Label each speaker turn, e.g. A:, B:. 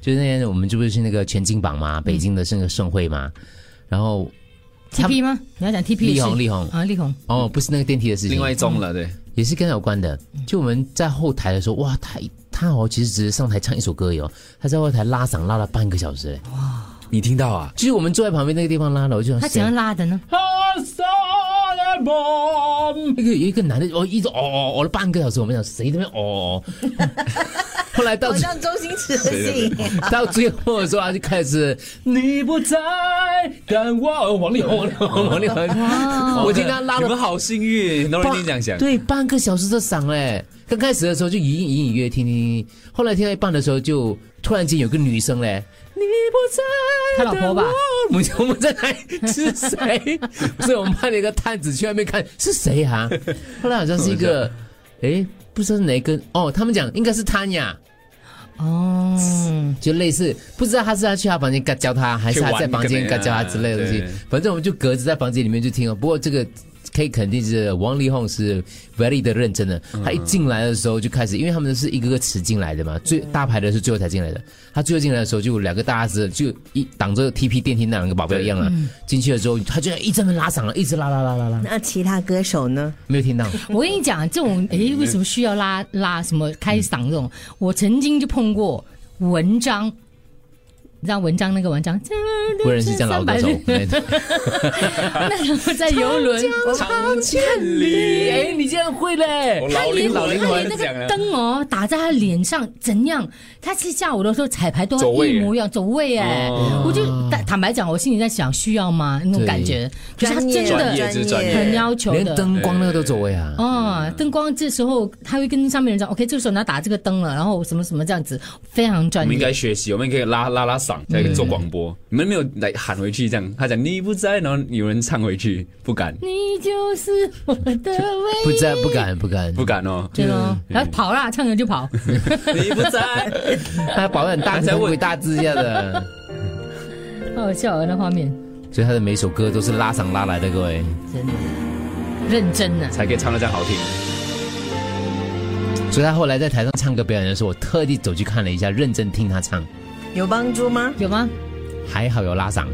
A: 就是那天我们这不是去那个全金榜
B: 嗯
A: 嘛，北京的那个盛会嘛，然后他
C: TP 吗？你要讲 TP 的事
A: 力宏力宏
C: 啊，力宏，
A: 哦不是那个电梯的事情，
B: 另外一嗯宗了，对，
A: 也是跟他有关的。就我们在后台的时候，哇，他他哦，其实只是上台唱一首歌而已哦，他在后台拉嗓拉了半个小时嘞。
B: 哦你听到啊？
A: 就是我们坐在旁边那个地方拉的，我就想
C: 他怎样拉的呢？
A: 一个有一个男的，哦，一直哦哦哦了半个小时，我们讲谁这边哦哦 哦，后来到
D: 好像周星驰的戏，
A: 到最后的时候，他就开始你不在，但我哦王力宏，王力宏，王力宏，我听他拉
B: 哦你
A: 了
B: 们好幸运，很多人
A: 半
B: 听这样想。
A: 对，半个小时的嗓哎，刚开始的时候就隐隐隐约听听听，后来听到一半的时候就突然间有个女生嘞，你不在，
C: 他老婆吧
A: 等我？我们我们在哪里？是谁？所以我们派了一个探子去外面看是谁啊？后来好像是一个，哎，不知道是哪一个哦，他们讲应该是潘雅。
C: 哦，
A: 就类似不知道他是他去他房间嘎教他，还是他在房间嘎教他之类的东西
B: 去玩可能啊。
A: 反正我们就隔着在房间里面就听了。不过这个可以肯定是王力宏是 very 的认真的。
B: 嗯
A: 他一进来的时候就开始，因为他们是一个个迟进来的嘛，最大牌的是最后才进来的。他最后进来的时候就有两个大子，就一挡着 TP 电梯那两个保镖一样了。
B: 嗯
A: 进去了之后，他就一直在那边拉嗓了，一直拉拉拉拉拉，
D: 那其他歌手呢？
A: 没有听 到。
C: 我跟你讲，这 种诶，为什么需要拉拉什么开嗓这种？我曾经就碰过文章，你知道文章那个文章，
A: 不认识这样老歌手，没
C: 那时候在 游轮，
B: 长千里，
A: 哎，你竟然会嘞！
B: 我老灵
C: 他
B: 老
C: 连
B: 灵
C: 他连
B: 魂
C: 那
B: 讲
C: 个，
B: 了
C: 灯哦打在他脸上，怎样？他是下午的时候彩排都
B: 走位
C: 一模一样，走位哎、我就坦坦白讲，我心里在想需要吗那种
A: 哦对
C: 感觉？可是他
D: 专
C: 真
D: 业
B: 专
C: 的
B: 业之专业
C: 很要求
A: 连
C: 的。
A: 灯光那个都走位啊！
C: 哦，灯光这时候他会跟上面人讲，OK，这个时候你要打这个灯了，然后什么什么这样子，非常
B: 我
C: 专
B: 们应
C: 业
B: 该。学习，我们可以拉拉拉嗓，再做广播。你们没有来喊回去，这样他讲你不在，然后有人唱回去，不敢，
C: 你就是我的
A: 不
C: 唯一，。
A: 在，不敢，不敢，
B: 不敢哦
C: 对咯，然后跑啦，唱了就跑。
B: 你不在，
A: 他保很大，
B: 才
A: 才
B: 问
A: 鬼大字一样的，
C: 好好笑啊，那画面
A: 所以他的每首歌都是拉嗓拉来的，各位。
C: 真的认真啊。
B: 才可以唱得这样好听。
A: 所以他后来在台上唱歌表演的时候，我特地走去看了一下，认真听他唱，
D: 有帮助吗？
C: 有吗？
A: 还好有拉嗓。